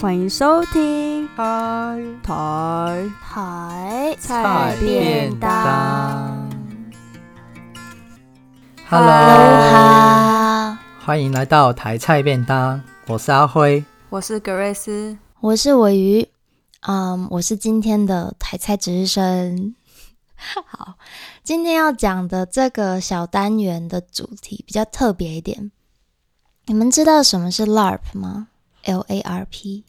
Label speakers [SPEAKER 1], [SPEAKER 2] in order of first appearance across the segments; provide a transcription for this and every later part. [SPEAKER 1] 欢迎收听
[SPEAKER 2] 嗨，
[SPEAKER 1] 台
[SPEAKER 3] 台
[SPEAKER 2] 菜便当。
[SPEAKER 3] Hello，
[SPEAKER 2] 欢迎来到台菜便当，我是阿辉。
[SPEAKER 1] 我是格瑞斯。
[SPEAKER 3] 我是尾鱼，嗯，我是今天的台菜值日生。好，今天要讲的这个小单元的主题比较特别一点。你们知道什么是 LARP 吗？L A R P。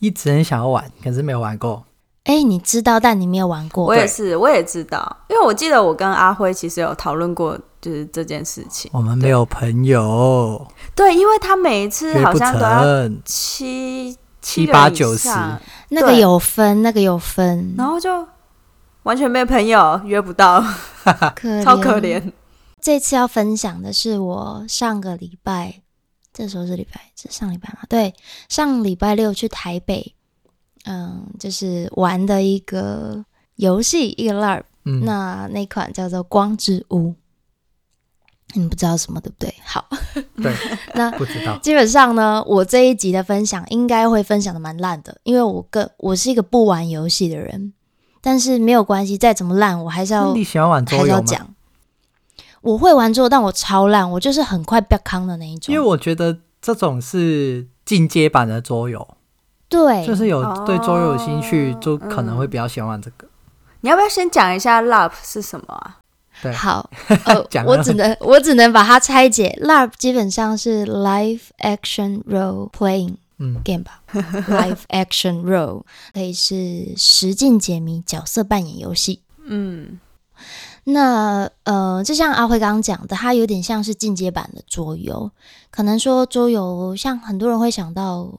[SPEAKER 2] 一直很想要玩，可是没有玩过。
[SPEAKER 3] 哎，你知道，但你没有玩过
[SPEAKER 1] 我。也是，我也知道，因为我记得我跟阿辉其实有讨论过，就是这件事情。
[SPEAKER 2] 我们没有朋友，
[SPEAKER 1] 对，因为他每一次
[SPEAKER 2] 约
[SPEAKER 1] 好
[SPEAKER 2] 不
[SPEAKER 1] 像都要
[SPEAKER 2] 成。
[SPEAKER 1] 七
[SPEAKER 2] 七
[SPEAKER 1] 个
[SPEAKER 2] 八
[SPEAKER 1] 以
[SPEAKER 2] 九十
[SPEAKER 1] 上
[SPEAKER 3] 那个
[SPEAKER 1] 对
[SPEAKER 3] 有分，那个有分，
[SPEAKER 1] 然后就完全没朋友，约不到，
[SPEAKER 3] 可
[SPEAKER 1] 超可怜。
[SPEAKER 3] 这次要分享的是我上个礼拜，这时候是礼拜，是上礼拜吗？对，上礼拜六去台北，嗯，就是玩的一个游戏，一个 LARP，、
[SPEAKER 2] 嗯，
[SPEAKER 3] 那那款叫做《光之屋》，你们不知道什么对不对？好，
[SPEAKER 2] 对，
[SPEAKER 3] 那
[SPEAKER 2] 不知道。
[SPEAKER 3] 基本上呢，我这一集的分享应该会分享的蛮烂的，因为我跟我是一个不玩游戏的人，但是没有关系，再怎么烂，我还是要
[SPEAKER 2] 你喜欢玩
[SPEAKER 3] 还
[SPEAKER 2] 桌
[SPEAKER 3] 是要
[SPEAKER 2] 游吗？
[SPEAKER 3] 讲。我会玩桌游，但我超烂，我就是很快被坑的那一种。
[SPEAKER 2] 因为我觉得这种是进阶版的桌游，
[SPEAKER 3] 对，
[SPEAKER 2] 就是有对桌游有兴趣，
[SPEAKER 1] 哦
[SPEAKER 2] 就可能会比较喜欢玩这个。
[SPEAKER 1] 你要不要先讲一下 LARP 是什么啊？
[SPEAKER 2] 对
[SPEAKER 3] 好，呃
[SPEAKER 2] 讲，啊
[SPEAKER 3] 我
[SPEAKER 2] 了
[SPEAKER 3] 只能我只能把它拆解。LARP 基本上是 Live Action Role Playing
[SPEAKER 2] 嗯，
[SPEAKER 3] Game 吧，Live Action Role 可以是实境解谜、角色扮演游戏。
[SPEAKER 1] 嗯，
[SPEAKER 3] 那呃，就像阿辉刚刚讲的，它有点像是进阶版的桌游。可能说桌游，像很多人会想到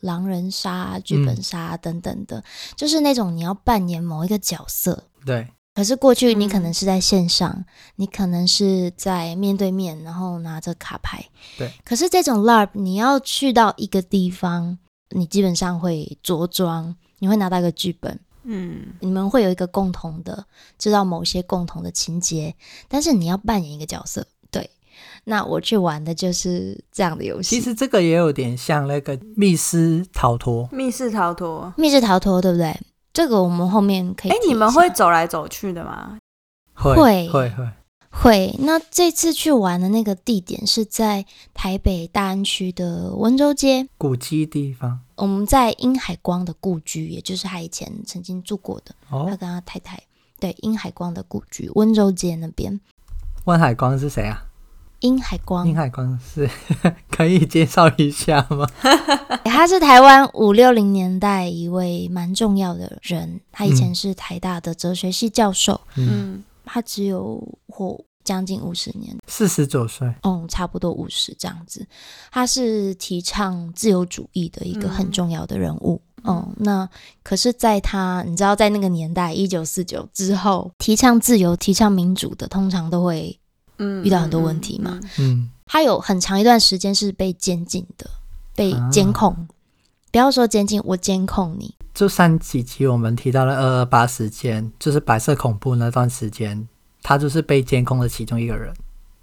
[SPEAKER 3] 狼人杀、啊剧本杀等等的，就是那种你要扮演某一个角色。
[SPEAKER 2] 对，
[SPEAKER 3] 可是过去你可能
[SPEAKER 1] 嗯
[SPEAKER 3] 是在线上，你可能是在面对面，然后拿着卡牌。
[SPEAKER 2] 对。
[SPEAKER 3] 可是这种 LARP，你要去到一个地方，你基本上会着装，你会拿到一个剧本，
[SPEAKER 1] 嗯，
[SPEAKER 3] 你们会有一个共同的，知道某些共同的情节，但是你要扮演一个角色。对，那我去玩的就是这样的游戏。
[SPEAKER 2] 其实这个也有点像那个密室逃脱，
[SPEAKER 1] 密室逃脱。
[SPEAKER 3] 密室逃脱，对不对？这个我们后面可以
[SPEAKER 1] 哎
[SPEAKER 3] 提一，下。
[SPEAKER 1] 你们会走来走去的吗？
[SPEAKER 2] 会
[SPEAKER 3] 会
[SPEAKER 2] 会会，
[SPEAKER 3] 会？那这次去玩的那个地点是在台北大安区的温州街，
[SPEAKER 2] 古迹地方
[SPEAKER 3] 我们在殷海光的故居，也就是他以前曾经住过的，他
[SPEAKER 2] 哦
[SPEAKER 3] 跟。他太太对殷海光的故居，温州街那边。
[SPEAKER 2] 温海光是谁啊？
[SPEAKER 3] 殷海光
[SPEAKER 2] 殷海光是 可以介绍一下吗？
[SPEAKER 3] 他是台湾五六零年代一位蛮重要的人，他以前是台大的哲学系教授，
[SPEAKER 2] 嗯，
[SPEAKER 1] 嗯，
[SPEAKER 3] 他只有活将近五十年，
[SPEAKER 2] 四十九岁，
[SPEAKER 3] 嗯，差不多五十这样子。他是提倡自由主义的一个
[SPEAKER 1] 嗯
[SPEAKER 3] 很重要的人物。嗯，那可是，在他你知道，在那个年代，一九四九之后，提倡自由、提倡民主的，通常都会，
[SPEAKER 1] 嗯
[SPEAKER 3] 遇到很多问题嘛
[SPEAKER 1] 嗯嗯
[SPEAKER 2] 嗯，
[SPEAKER 3] 他有很长一段时间是被监禁的，被
[SPEAKER 2] 啊
[SPEAKER 3] 监控。不要说监禁，我监控你，
[SPEAKER 2] 就上几集我们提到了二二八事件，就是白色恐怖那段时间，他就是被监控的其中一个人，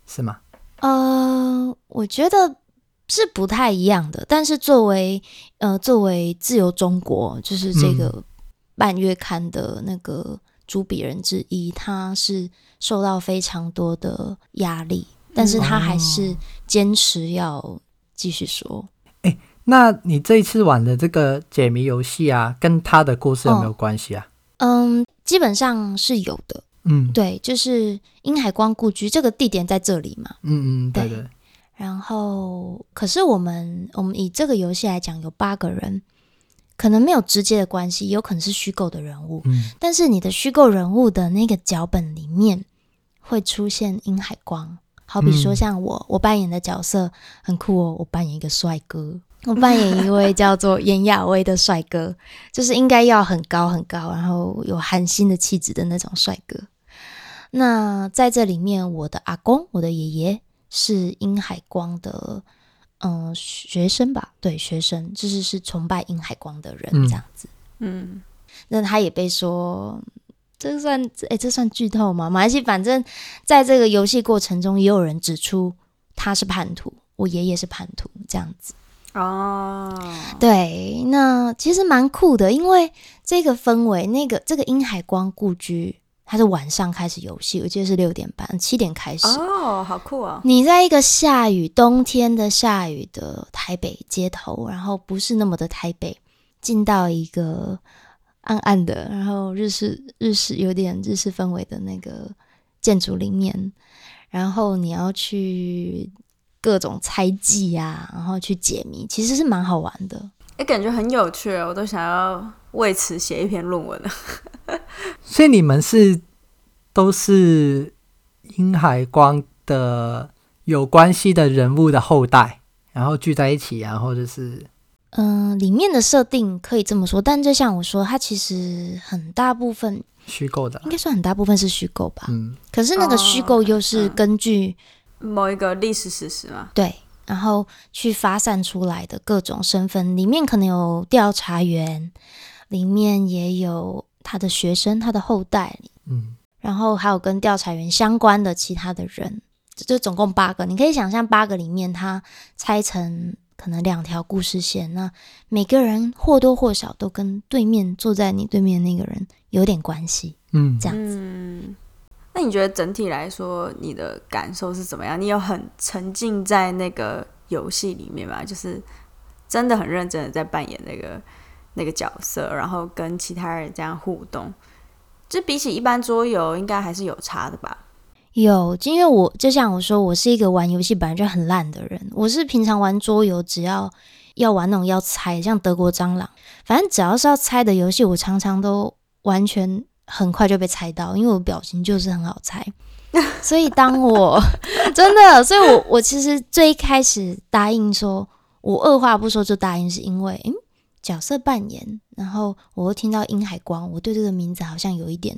[SPEAKER 2] 是吗？
[SPEAKER 3] 呃，我觉得是不太一样的。但是作为呃，作为自由中国，就是这个半月刊的那个主笔人之一，他是受到非常多的压力，但是他还是坚持要继续说。
[SPEAKER 2] 那你这一次玩的这个解谜游戏啊，跟他的故事有没有关系啊？
[SPEAKER 3] 嗯，基本上是有的。
[SPEAKER 2] 嗯，
[SPEAKER 3] 对，就是殷海光故居这个地点在这里嘛。
[SPEAKER 2] 嗯嗯，对
[SPEAKER 3] 对
[SPEAKER 2] 对，
[SPEAKER 3] 然后，可是我们我们以这个游戏来讲，有八个人，可能没有直接的关系，也有可能是虚构的人物。
[SPEAKER 2] 嗯，
[SPEAKER 3] 但是你的虚构人物的那个脚本里面会出现殷海光，好比说
[SPEAKER 2] 嗯
[SPEAKER 3] 像我，我扮演的角色很酷哦，我扮演一个帅哥，我扮演一位叫做严雅薇的帅哥， 就是应该要很高很高，然后有韩星的气质的那种帅哥。那在这里面，我的阿公，我的爷爷是殷海光的，嗯、学生吧？对，学生，就是是崇拜殷海光的人、
[SPEAKER 2] 嗯
[SPEAKER 3] 这样子。
[SPEAKER 1] 嗯，
[SPEAKER 3] 那他也被说，这算哎、这算剧透吗？马来西亚反正在这个游戏过程中，也有人指出他是叛徒，我爷爷是叛徒这样子。
[SPEAKER 1] 哦，
[SPEAKER 3] 对，那其实蛮酷的，因为这个氛围，那个这个英海光故居，它是晚上开始游戏，我记得是六点半、七点开始。
[SPEAKER 1] 哦，好酷哦，
[SPEAKER 3] 你在一个下雨、冬天的下雨的台北街头，然后不是那么的台北，进到一个暗暗的，然后日式、日式有点日式氛围的那个建筑里面，然后你要去各种猜忌啊，然后去解谜，其实是蛮好玩的。
[SPEAKER 1] 哎，感觉很有趣，我都想要为此写一篇论文了。啊
[SPEAKER 2] 所以你们是都是殷海光的有关系的人物的后代，然后聚在一起，然后就是
[SPEAKER 3] 嗯、里面的设定可以这么说，但就像我说，它其实很大部分，
[SPEAKER 2] 虚构的啊
[SPEAKER 3] 应。该算很大部分是虚构吧。
[SPEAKER 2] 嗯，
[SPEAKER 3] 可是那个虚构又是
[SPEAKER 1] 嗯
[SPEAKER 3] 根据、
[SPEAKER 1] 某一个历史事实嘛，
[SPEAKER 3] 对，然后去发散出来的各种身份，里面可能有调查员，里面也有他的学生、他的后代，
[SPEAKER 2] 嗯，
[SPEAKER 3] 然后还有跟调查员相关的其他的人，这这总共八个。你可以想象八个里面，他拆成可能两条故事线，那每个人或多或少都跟对面坐在你对面那个人有点关系，
[SPEAKER 2] 嗯
[SPEAKER 3] 这，样子。
[SPEAKER 1] 嗯，那你觉得整体来说，你的感受是怎么样？你有很沉浸在那个游戏里面吗？就是真的很认真的在扮演那个那个角色，然后跟其他人这样互动，这比起一般桌游应该还是有差的吧？
[SPEAKER 3] 有，因为我就像我说，我是一个玩游戏本来就很烂的人。我是平常玩桌游，只要要玩那种要猜，像德国蟑螂，反正只要是要猜的游戏，我常常都完全很快就被猜到，因为我表情就是很好猜。所以当我真的，所以我我其实最一开始答应说，我二话不说就答应，是因为嗯角色扮演，然后我又听到殷海光，我对这个名字好像有一点，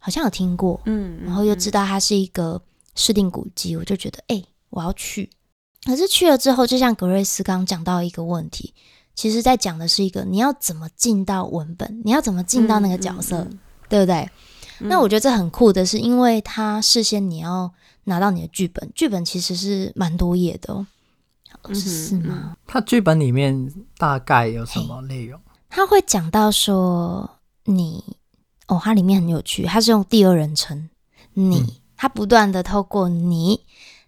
[SPEAKER 3] 好像有听过，
[SPEAKER 1] 嗯，
[SPEAKER 3] 然后又
[SPEAKER 1] 嗯
[SPEAKER 3] 知道它是一个市定古迹，我就觉得哎、我要去。可是去了之后，就像格瑞斯刚讲到一个问题，其实在讲的是一个你要怎么进到文本，你要怎么进到那个角
[SPEAKER 1] 嗯
[SPEAKER 3] 色，，对不对？那我
[SPEAKER 1] 觉
[SPEAKER 3] 觉得这很酷的是，因为它事先你要拿到你的剧本，剧本其实是蛮多页的哦，
[SPEAKER 1] 嗯哼
[SPEAKER 3] 是是吗？
[SPEAKER 2] 它剧本里面大概有什么内容？
[SPEAKER 3] 他会讲到说你哦，它里面很有趣，它是用第二人称
[SPEAKER 2] 嗯
[SPEAKER 3] 你，它不断的透过你，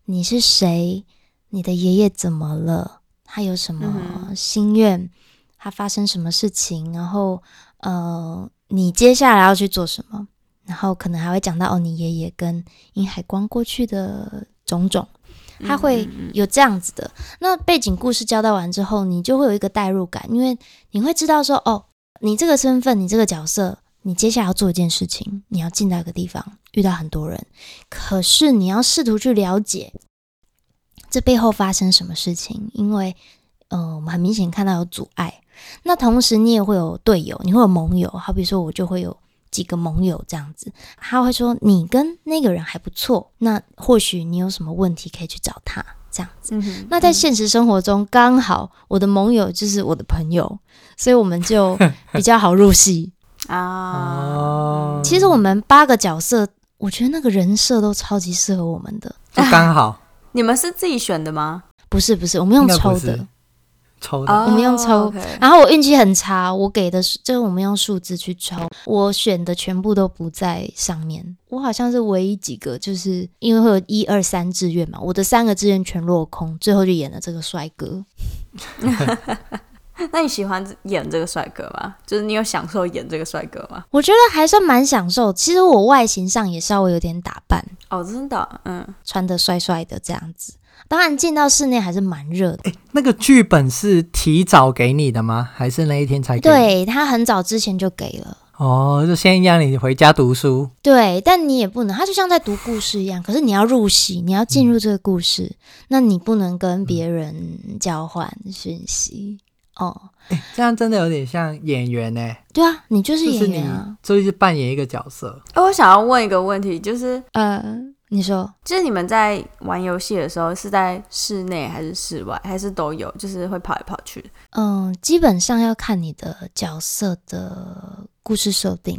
[SPEAKER 3] 你是谁，你的爷爷怎么了，他有什
[SPEAKER 1] 嗯
[SPEAKER 3] 么心愿，他发生什么事情，然后呃，你接下来要去做什么，然后可能还会讲到哦，你爷爷跟殷海光过去的种种。他会
[SPEAKER 1] 嗯
[SPEAKER 3] 有这样子的。那背景故事交代完之后，你就会有一个代入感，因为你会知道说，哦，你这个身份，你这个角色，你接下来要做一件事情，你要进到一个地方，遇到很多人，可是你要试图去了解这背后发生什么事情，因为，呃，我们很明显看到有阻碍。那同时，你也会有队友，你会有盟友，哦好比说我就会有几个盟友这样子，他会说你跟那个人还不错，那或许你有什么问题可以去找他这样子。
[SPEAKER 1] 嗯哼
[SPEAKER 3] 那在现实生活中，刚好我的盟友就是我的朋友，所以我们就比较好 入戏。
[SPEAKER 1] 啊，
[SPEAKER 2] 哦，
[SPEAKER 3] 其实我们八个角色，我觉得那个人设都超级适合我们的。
[SPEAKER 2] 就刚好
[SPEAKER 1] 你们是自己选的吗？
[SPEAKER 3] 不是不是，我们用
[SPEAKER 2] 应该不
[SPEAKER 3] 抽
[SPEAKER 2] 是
[SPEAKER 3] 的，
[SPEAKER 2] 抽的，
[SPEAKER 1] 我
[SPEAKER 3] 们用抽然后我运气很差，我给的是就是我们用数字去抽，我选的全部都不在上面。我好像是唯一几个，就是因为会有一二三志愿嘛，我的三个志愿全落空，最后就演了这个帅哥。
[SPEAKER 1] 那你喜欢演这个帅哥吗？就是你有享受演这个帅哥吗？
[SPEAKER 3] 我觉得还算蛮享受。其实我外形上也稍微有点打扮，
[SPEAKER 1] 哦，真的啊，嗯，
[SPEAKER 3] 穿的帅帅的这样子。当然进到室内还是蛮热的，
[SPEAKER 2] 那个剧本是提早给你的吗？还是那一天才给？，
[SPEAKER 3] 对他很早之前就给了。
[SPEAKER 2] 哦，就先让你回家读书。
[SPEAKER 3] 对，但你也不能，它就像在读故事一样。可是你要入戏，你要进入这个故事，那你不能跟别人交换讯息。哦，
[SPEAKER 2] 诶这样真的有点像演员呢、
[SPEAKER 3] 对啊，你就是
[SPEAKER 2] 就是
[SPEAKER 3] 演
[SPEAKER 2] 你
[SPEAKER 3] 员啊。
[SPEAKER 2] 就是扮演一个角色。
[SPEAKER 1] 哎，我想要问一个问题，就是
[SPEAKER 3] 呃，你说
[SPEAKER 1] 就是你们在玩游戏的时候是在室内还是室外，还是都有？就是会跑来跑去？
[SPEAKER 3] 嗯，基本上要看你的角色的故事设定。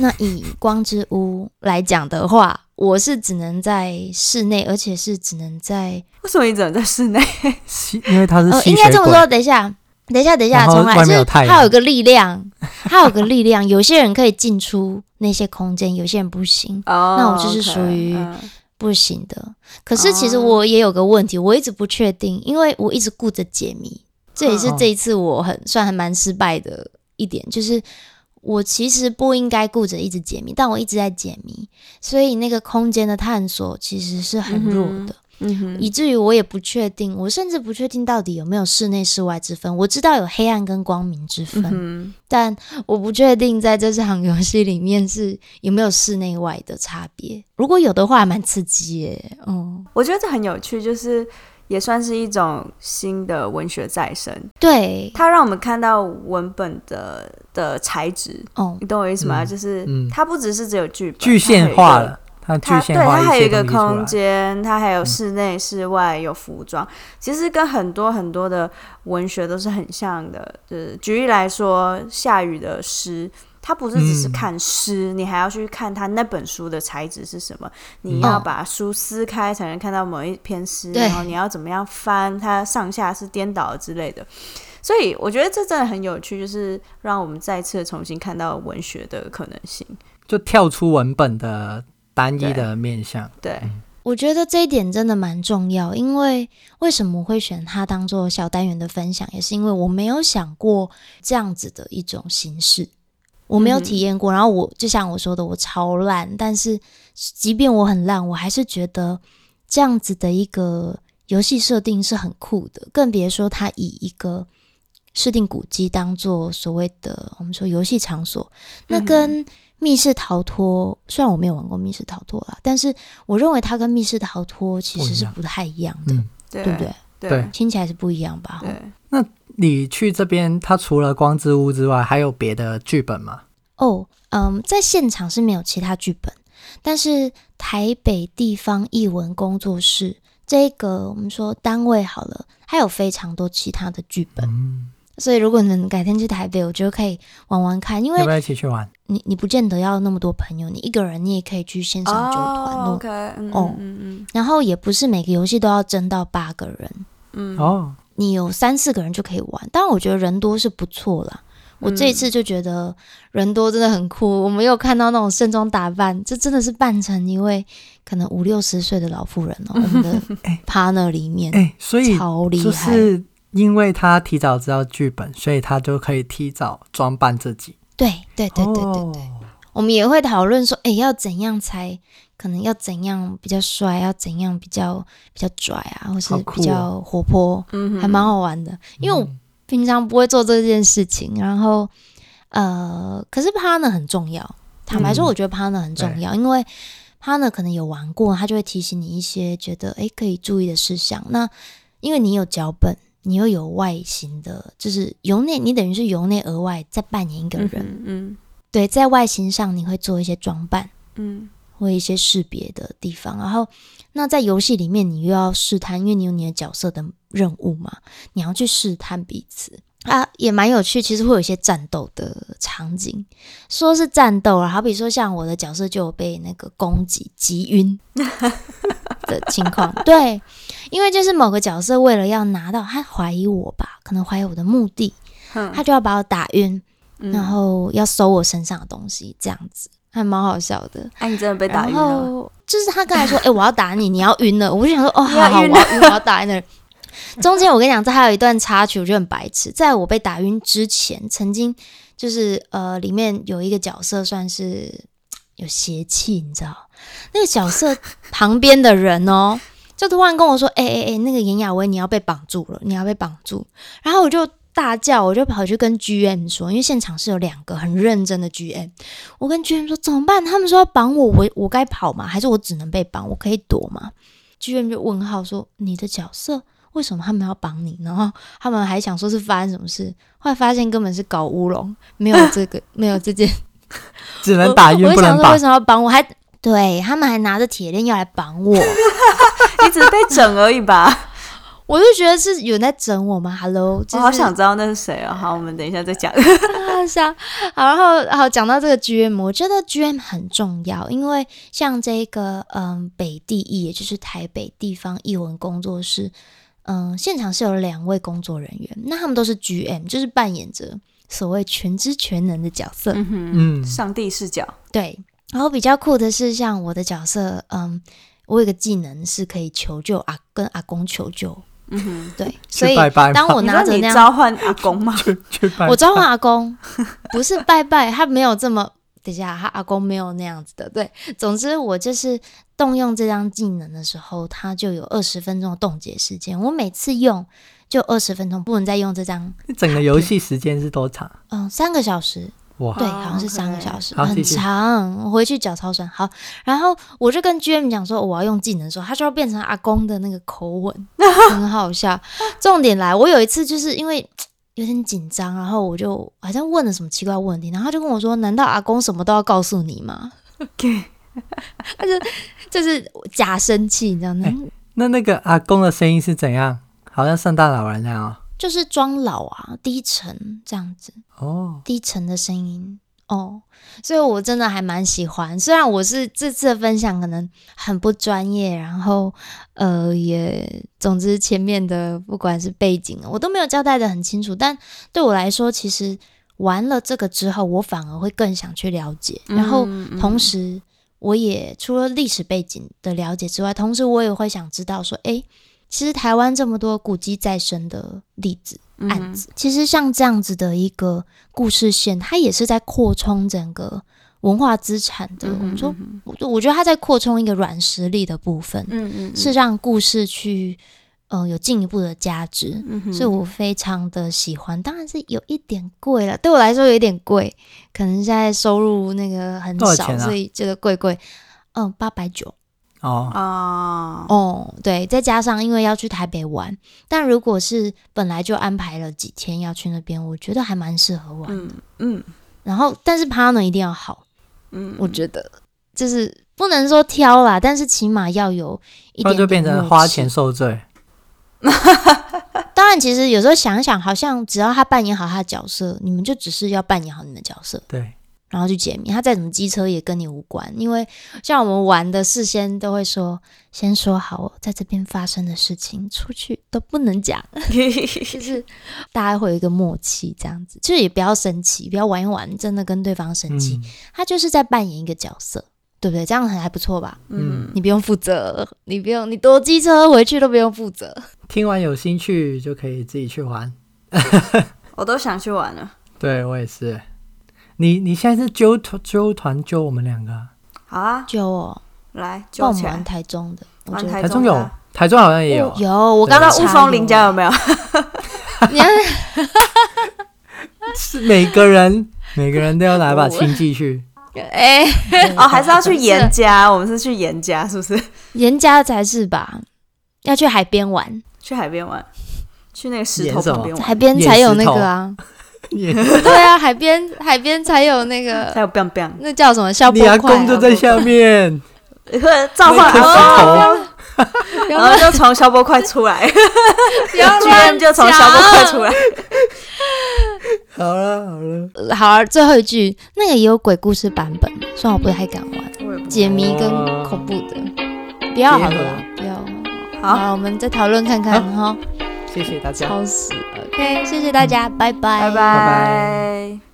[SPEAKER 3] 那以《光之屋》来讲的话，我是只能在室内，而且是只能在
[SPEAKER 1] 为什么你只能在室 内？
[SPEAKER 2] 吸因为它是
[SPEAKER 3] 哦，
[SPEAKER 2] 吸
[SPEAKER 3] 应
[SPEAKER 2] 血
[SPEAKER 3] 该
[SPEAKER 2] 鬼。
[SPEAKER 3] 这么说。等一下，等一下，等一下，
[SPEAKER 2] 然后
[SPEAKER 3] 重来。
[SPEAKER 2] 外
[SPEAKER 3] 就
[SPEAKER 2] 面有
[SPEAKER 3] 是
[SPEAKER 2] 太
[SPEAKER 3] 它
[SPEAKER 2] 阳
[SPEAKER 3] 有个力量， 它有个力量。有些人可以进出那些空间，有些人不行，
[SPEAKER 1] 哦，
[SPEAKER 3] 那我就是
[SPEAKER 1] OK，
[SPEAKER 3] 属于
[SPEAKER 1] 嗯
[SPEAKER 3] 不行的。可是其实
[SPEAKER 1] 哦
[SPEAKER 3] 我也有个问题，我一直不确定，因为我一直顾着解谜，这也是
[SPEAKER 2] 哦
[SPEAKER 3] 这一次我很算还蛮失败的一点，就是。我其实不应该顾着一直解谜，但我一直在解谜，所以那个空间的探索其实是很弱的。
[SPEAKER 1] 嗯哼嗯哼，
[SPEAKER 3] 以至于我也不确定，我甚至不确定到底有没有室内室外之分。我知道有黑暗跟光明之分，
[SPEAKER 1] 嗯
[SPEAKER 3] 但我不确定在这场游戏里面是有没有室内外的差别。如果有的话，还蛮刺激耶。嗯，
[SPEAKER 1] 哼，我觉得这很有趣，就是也算是一种新的文学再生，
[SPEAKER 3] 对，
[SPEAKER 1] 它让我们看到文本的的材质，
[SPEAKER 3] 哦，
[SPEAKER 1] 你懂我意思吗？
[SPEAKER 2] 嗯
[SPEAKER 1] 就是
[SPEAKER 2] 嗯
[SPEAKER 1] 它不只是只有剧本，
[SPEAKER 2] 具
[SPEAKER 1] 它还有
[SPEAKER 2] 现
[SPEAKER 1] 一个
[SPEAKER 2] 化了，它具
[SPEAKER 1] 它对
[SPEAKER 2] 现化
[SPEAKER 1] 它还有一
[SPEAKER 2] 些
[SPEAKER 1] 个
[SPEAKER 2] 东西出来嗯
[SPEAKER 1] 空间，它还有室内、室外，有服装，其实跟很多很多的文学都是很像的。就是举例来说，夏雨的诗，它不是只是
[SPEAKER 2] 嗯
[SPEAKER 1] 看诗，你还要去看它那本书的材质是什么，你
[SPEAKER 2] 嗯
[SPEAKER 1] 要
[SPEAKER 3] 哦
[SPEAKER 1] 把书撕开才能看到某一篇诗，
[SPEAKER 3] 对
[SPEAKER 1] 然后你要怎么样翻，它上下是颠倒的之类的。所以我觉得这真的很有趣，就是让我们再次重新看到文学的可能性。
[SPEAKER 2] 就跳出文本的单一
[SPEAKER 1] 对
[SPEAKER 2] 的面向。
[SPEAKER 1] 对，
[SPEAKER 3] 我觉得这一点真的蛮重要，因为为什么会选它当做小单元的分享，也是因为我没有想过这样子的一种形式，我没有
[SPEAKER 1] 嗯哼
[SPEAKER 3] 体验过。然后我就像我说的，我超烂，但是即便我很烂，我还是觉得这样子的一个游戏设定是很酷的，更别说它以一个设定古迹当做所谓的我们说游戏场所，那
[SPEAKER 1] 嗯哼
[SPEAKER 3] 跟密室逃脱，虽然我没有玩过密室逃脱啦，但是我认为它跟密室逃脱其实是不太一样的，
[SPEAKER 2] 嗯
[SPEAKER 1] 对
[SPEAKER 3] 对不对？
[SPEAKER 1] 对
[SPEAKER 2] 对
[SPEAKER 3] 听起来是不一样吧？
[SPEAKER 1] 对
[SPEAKER 2] 你去这边，它除了光之屋之外，还有别的剧本吗？
[SPEAKER 3] 哦，嗯，在现场是没有其他剧本，但是台北地方译文工作室这个我们说单位好了，它有非常多其他的剧本，
[SPEAKER 2] 嗯，
[SPEAKER 3] 所以如果你们改天去台北，我觉得可以玩玩看，因
[SPEAKER 2] 要
[SPEAKER 3] 为
[SPEAKER 2] 不要一起去玩？
[SPEAKER 3] 你你不见得要那么多朋友，你一个人你也可以去线上
[SPEAKER 1] 哦
[SPEAKER 3] 揪团哦。
[SPEAKER 1] OK，嗯
[SPEAKER 3] 哦
[SPEAKER 1] 嗯
[SPEAKER 3] 然后也不是每个游戏都要争到八个人，
[SPEAKER 1] 嗯嗯，
[SPEAKER 2] 哦，
[SPEAKER 3] 你有三四个人就可以玩。当然，我觉得人多是不错啦。
[SPEAKER 2] 嗯
[SPEAKER 3] 我这一次就觉得人多真的很酷，我没有看到那种盛装打扮，这真的是扮成一位可能五六十岁的老妇人哦。我们的
[SPEAKER 2] 哎
[SPEAKER 3] partner 里面
[SPEAKER 2] 哎、所以
[SPEAKER 3] 超厉
[SPEAKER 2] 就
[SPEAKER 3] 害，
[SPEAKER 2] 是因为他提早知道剧本，所以他就可以提早装扮自己。
[SPEAKER 3] 对对对对对，
[SPEAKER 2] 哦、
[SPEAKER 3] 我们也会讨论说，哎，要怎样才可能要怎样比较帅，要怎样比较比较拽啊，或是
[SPEAKER 2] 好酷
[SPEAKER 3] 比
[SPEAKER 2] 哦
[SPEAKER 3] 较活泼，
[SPEAKER 1] 嗯哼
[SPEAKER 3] 还蛮好玩的。因为我
[SPEAKER 2] 嗯
[SPEAKER 3] 平常不会做这件事情，然后呃，可是 partner 很重要。坦白说，
[SPEAKER 2] 嗯
[SPEAKER 3] 我觉得 partner 很重要，因为 partner 可能有玩过，他就会提醒你一些觉得诶可以注意的事项。那因为你有脚本，你又有外形的，就是由内，你等于是由内而外在扮演一个人。
[SPEAKER 1] 嗯
[SPEAKER 3] 对，在外形上你会做一些装扮
[SPEAKER 1] 嗯
[SPEAKER 3] 或一些识别的地方，然后那在游戏里面你又要试探，因为你有你的角色的任务嘛，你要去试探彼此啊，也蛮有趣。其实会有一些战斗的场景，说是战斗啊，好比说像我的角色就有被那个攻击击 晕的情况，对，因为就是某个角色为了要拿到，他怀疑我吧，可能怀疑我的目的，
[SPEAKER 1] 嗯，
[SPEAKER 3] 他就要把我打晕，
[SPEAKER 1] 嗯
[SPEAKER 3] 然后要搜我身上的东西，这样子还蛮好笑的。
[SPEAKER 1] 哎，你真的被打
[SPEAKER 3] 然
[SPEAKER 1] 晕了，
[SPEAKER 3] 后就是他刚才说：“ 哎、我要打你，你要晕了。”我就想说：“哦，
[SPEAKER 1] 你要
[SPEAKER 3] 好好，我
[SPEAKER 1] 晕
[SPEAKER 3] 要晕，我要打你。” 中间我跟你讲，这还有一段插曲，我觉得很白痴。在我被打晕之前，曾经就是呃，里面有一个角色算是有邪气，你知道？那个角色旁边的人哦， 就突然跟我说：“哎哎哎，那个严雅薇，你要被绑住了，你要被绑住。”然后我就大叫，我就跑去跟 GM 说，因为现场是有两个很认真的 GM，我跟 GM 说怎么办？他们说要绑我，我我该跑吗？还是我只能被绑？我可以躲吗？GM 就问号说你的角色为什么他们要绑你？然后 他们还想说是发生什么事，后来发现根本是搞乌龙，没有这个 没有这件
[SPEAKER 2] 只能打
[SPEAKER 3] 我
[SPEAKER 2] 晕
[SPEAKER 3] 我
[SPEAKER 2] 不
[SPEAKER 3] 就想
[SPEAKER 2] 能
[SPEAKER 3] 说
[SPEAKER 2] 打
[SPEAKER 3] 为。什么要绑我？还对他们还拿着铁链要来绑我，
[SPEAKER 1] 你只是被整而已吧？
[SPEAKER 3] 我就觉得是有人在整我吗？Hello，就是、
[SPEAKER 1] 我好想知道那是谁哦。好，我们等一下再讲。
[SPEAKER 3] 啊，是啊，好，然后好讲到这个 GM，我觉得 GM 很重要，因为像这个嗯北地艺，也就是台北地方艺文工作室，嗯，现场是有两位工作人员，那他们都是 GM，就是扮演着所谓全知全能的角色，
[SPEAKER 1] 嗯哼，
[SPEAKER 2] 嗯，
[SPEAKER 1] 上帝视角，
[SPEAKER 3] 对。然后比较酷的是，像我的角色，嗯，我有个技能是可以求救啊，跟阿公求救，
[SPEAKER 1] 嗯哼，
[SPEAKER 3] 对，所
[SPEAKER 2] 去
[SPEAKER 3] 以
[SPEAKER 2] 拜拜
[SPEAKER 3] 当
[SPEAKER 2] 吗？
[SPEAKER 3] 我
[SPEAKER 1] 你
[SPEAKER 3] 拿
[SPEAKER 1] 说
[SPEAKER 3] 着
[SPEAKER 1] 你
[SPEAKER 3] 那样
[SPEAKER 1] 召唤阿公吗？
[SPEAKER 2] 去去拜拜，
[SPEAKER 3] 我召唤阿公，不是拜拜，他没有这么。 等一下，他阿公没有那样子的。对，总之我就是动用这张技能的时候，它就有二十分钟的冻结时间。我每次用就二十分钟，不能再用这张。
[SPEAKER 2] 整个游戏时间是多长？
[SPEAKER 3] 嗯，三个小时，
[SPEAKER 2] 哇，
[SPEAKER 3] 对，
[SPEAKER 1] 哦
[SPEAKER 3] 好像是三个
[SPEAKER 1] OK
[SPEAKER 3] 小时，
[SPEAKER 2] 好继
[SPEAKER 3] 很
[SPEAKER 2] 续
[SPEAKER 3] 长。我回去脚超酸。好，然后我就跟 GM 讲说，我要用技能的时候，他就要变成阿公的那个口吻， 很好笑。重点来，我有一次就是因为有点紧张，然后我就好像问了什么奇怪的问题，然后他就跟我说：“难道阿公什么都要告诉你吗
[SPEAKER 1] OK，？”
[SPEAKER 3] 就是假生气，你知道吗？
[SPEAKER 2] 哎那那个阿公的声音是怎样？好像圣诞老人那样哦。
[SPEAKER 3] 就是装老啊，低沉这样子。
[SPEAKER 2] 哦，
[SPEAKER 3] 低沉的声音哦，所以我真的还蛮喜欢。虽然我是这次的分享可能很不专业，然后呃也，总之前面的不管是背景啊我都没有交代的很清楚，但对我来说，其实玩了这个之后，我反而会更想去了解，然后
[SPEAKER 1] 嗯嗯
[SPEAKER 3] 同时。我也除了历史背景的了解之外，同时我也会想知道说，诶，其实台湾这么多古迹再生的例子，
[SPEAKER 1] 嗯
[SPEAKER 3] 案子。其实像这样子的一个故事线，它也是在扩充整个文化资产的。
[SPEAKER 1] 嗯
[SPEAKER 3] 我
[SPEAKER 1] 哼
[SPEAKER 3] 说
[SPEAKER 1] 嗯，哼
[SPEAKER 3] 我我觉得它在扩充一个软实力的部分，
[SPEAKER 1] 嗯嗯，
[SPEAKER 3] 是让故事去呃有进一步的价值。
[SPEAKER 1] 嗯哼，
[SPEAKER 3] 所以我非常的喜欢，当然是有一点贵了，对我来说有一点贵，可能现在收入那个很
[SPEAKER 2] 多少
[SPEAKER 3] 少，
[SPEAKER 2] 钱啊
[SPEAKER 3] 所以觉得贵贵。嗯，八百九。
[SPEAKER 2] 哦，
[SPEAKER 1] 啊，
[SPEAKER 3] 哦，对，再加上因为要去台北玩，但如果是本来就安排了几天要去那边，我觉得还蛮适合玩。
[SPEAKER 1] 嗯嗯
[SPEAKER 3] 然后，但是 partner 一定要好，
[SPEAKER 1] 嗯，
[SPEAKER 3] 我觉得就是不能说挑啦，但是起码要有一
[SPEAKER 2] 那
[SPEAKER 3] 点
[SPEAKER 2] 就变
[SPEAKER 3] 点
[SPEAKER 2] 成
[SPEAKER 3] 默
[SPEAKER 2] 花
[SPEAKER 3] 契
[SPEAKER 2] 钱。受罪。
[SPEAKER 3] 当然，其实有时候想一想，好像只要他扮演好他的角色，你们就只是要扮演好你们的角色，
[SPEAKER 2] 对，
[SPEAKER 3] 然后去解谜。他再怎么机车也跟你无关，因为像我们玩的事先都会说，先说好哦，在这边发生的事情，出去都不能讲。就是大家会有一个默契，这样子，就是也不要生气，不要玩一玩，真的跟对方生
[SPEAKER 2] 嗯，
[SPEAKER 3] 气，他就是在扮演一个角色，对不对？这样很还不错吧？
[SPEAKER 1] 嗯
[SPEAKER 3] 你不用负责，你不用，你多机车回去都不用负责。
[SPEAKER 2] 听完有兴趣就可以自己去玩。
[SPEAKER 1] 我都想去玩了。
[SPEAKER 2] 对我也是。你你现在是揪团揪团揪我们两个啊，
[SPEAKER 1] 好啊，
[SPEAKER 3] 就哦，
[SPEAKER 1] 来
[SPEAKER 3] 帮
[SPEAKER 1] 揪
[SPEAKER 3] 我
[SPEAKER 1] 起
[SPEAKER 3] 们
[SPEAKER 1] 来
[SPEAKER 3] 玩。台中的，我
[SPEAKER 1] 玩
[SPEAKER 3] 觉得
[SPEAKER 2] 台
[SPEAKER 1] 台
[SPEAKER 2] 中
[SPEAKER 1] 中的
[SPEAKER 2] 有，台中好像也有啊
[SPEAKER 3] 哦。有，我刚
[SPEAKER 1] 不
[SPEAKER 3] 刚
[SPEAKER 1] 知道雾峰林家有没有？
[SPEAKER 3] 有，你要
[SPEAKER 2] 是每个人每个人都要来把
[SPEAKER 3] 我
[SPEAKER 2] 亲戚 去。
[SPEAKER 3] 哎，
[SPEAKER 1] 哦， 还是要去严家？我们是去严家，是不是？
[SPEAKER 3] 人家才是吧？要去海边玩，
[SPEAKER 1] 去海边玩，去那个石头
[SPEAKER 2] 盐什么
[SPEAKER 1] 旁边玩，
[SPEAKER 3] 海边才有那个啊，
[SPEAKER 2] 也
[SPEAKER 3] 对啊，海边海边才有那
[SPEAKER 1] 还
[SPEAKER 3] 个
[SPEAKER 1] 有 biang biang，
[SPEAKER 3] 那叫什么 消
[SPEAKER 2] 你
[SPEAKER 3] 波
[SPEAKER 2] 阿
[SPEAKER 3] 块啊、
[SPEAKER 2] 公就在下面，
[SPEAKER 1] 召唤
[SPEAKER 2] 那颗
[SPEAKER 3] 啊
[SPEAKER 1] 阿
[SPEAKER 2] 石
[SPEAKER 3] 哦
[SPEAKER 1] 公，然
[SPEAKER 2] 啊
[SPEAKER 1] 后就从消波块出来
[SPEAKER 3] 不要乱
[SPEAKER 1] ，GM 就从消波块出来。
[SPEAKER 2] 头。好了好了，
[SPEAKER 3] 呃好、啊，最后一句，那个也有鬼故事版本，虽然我不太敢玩，
[SPEAKER 1] 我也不
[SPEAKER 3] 解谜跟
[SPEAKER 2] 哦
[SPEAKER 3] 恐怖的，不要好了啦，不要。
[SPEAKER 1] 好
[SPEAKER 3] 我们再讨论看看哈，
[SPEAKER 2] 谢谢大家。
[SPEAKER 3] 超死。OK，谢谢大家，拜拜，
[SPEAKER 1] 拜
[SPEAKER 2] 拜
[SPEAKER 1] 拜。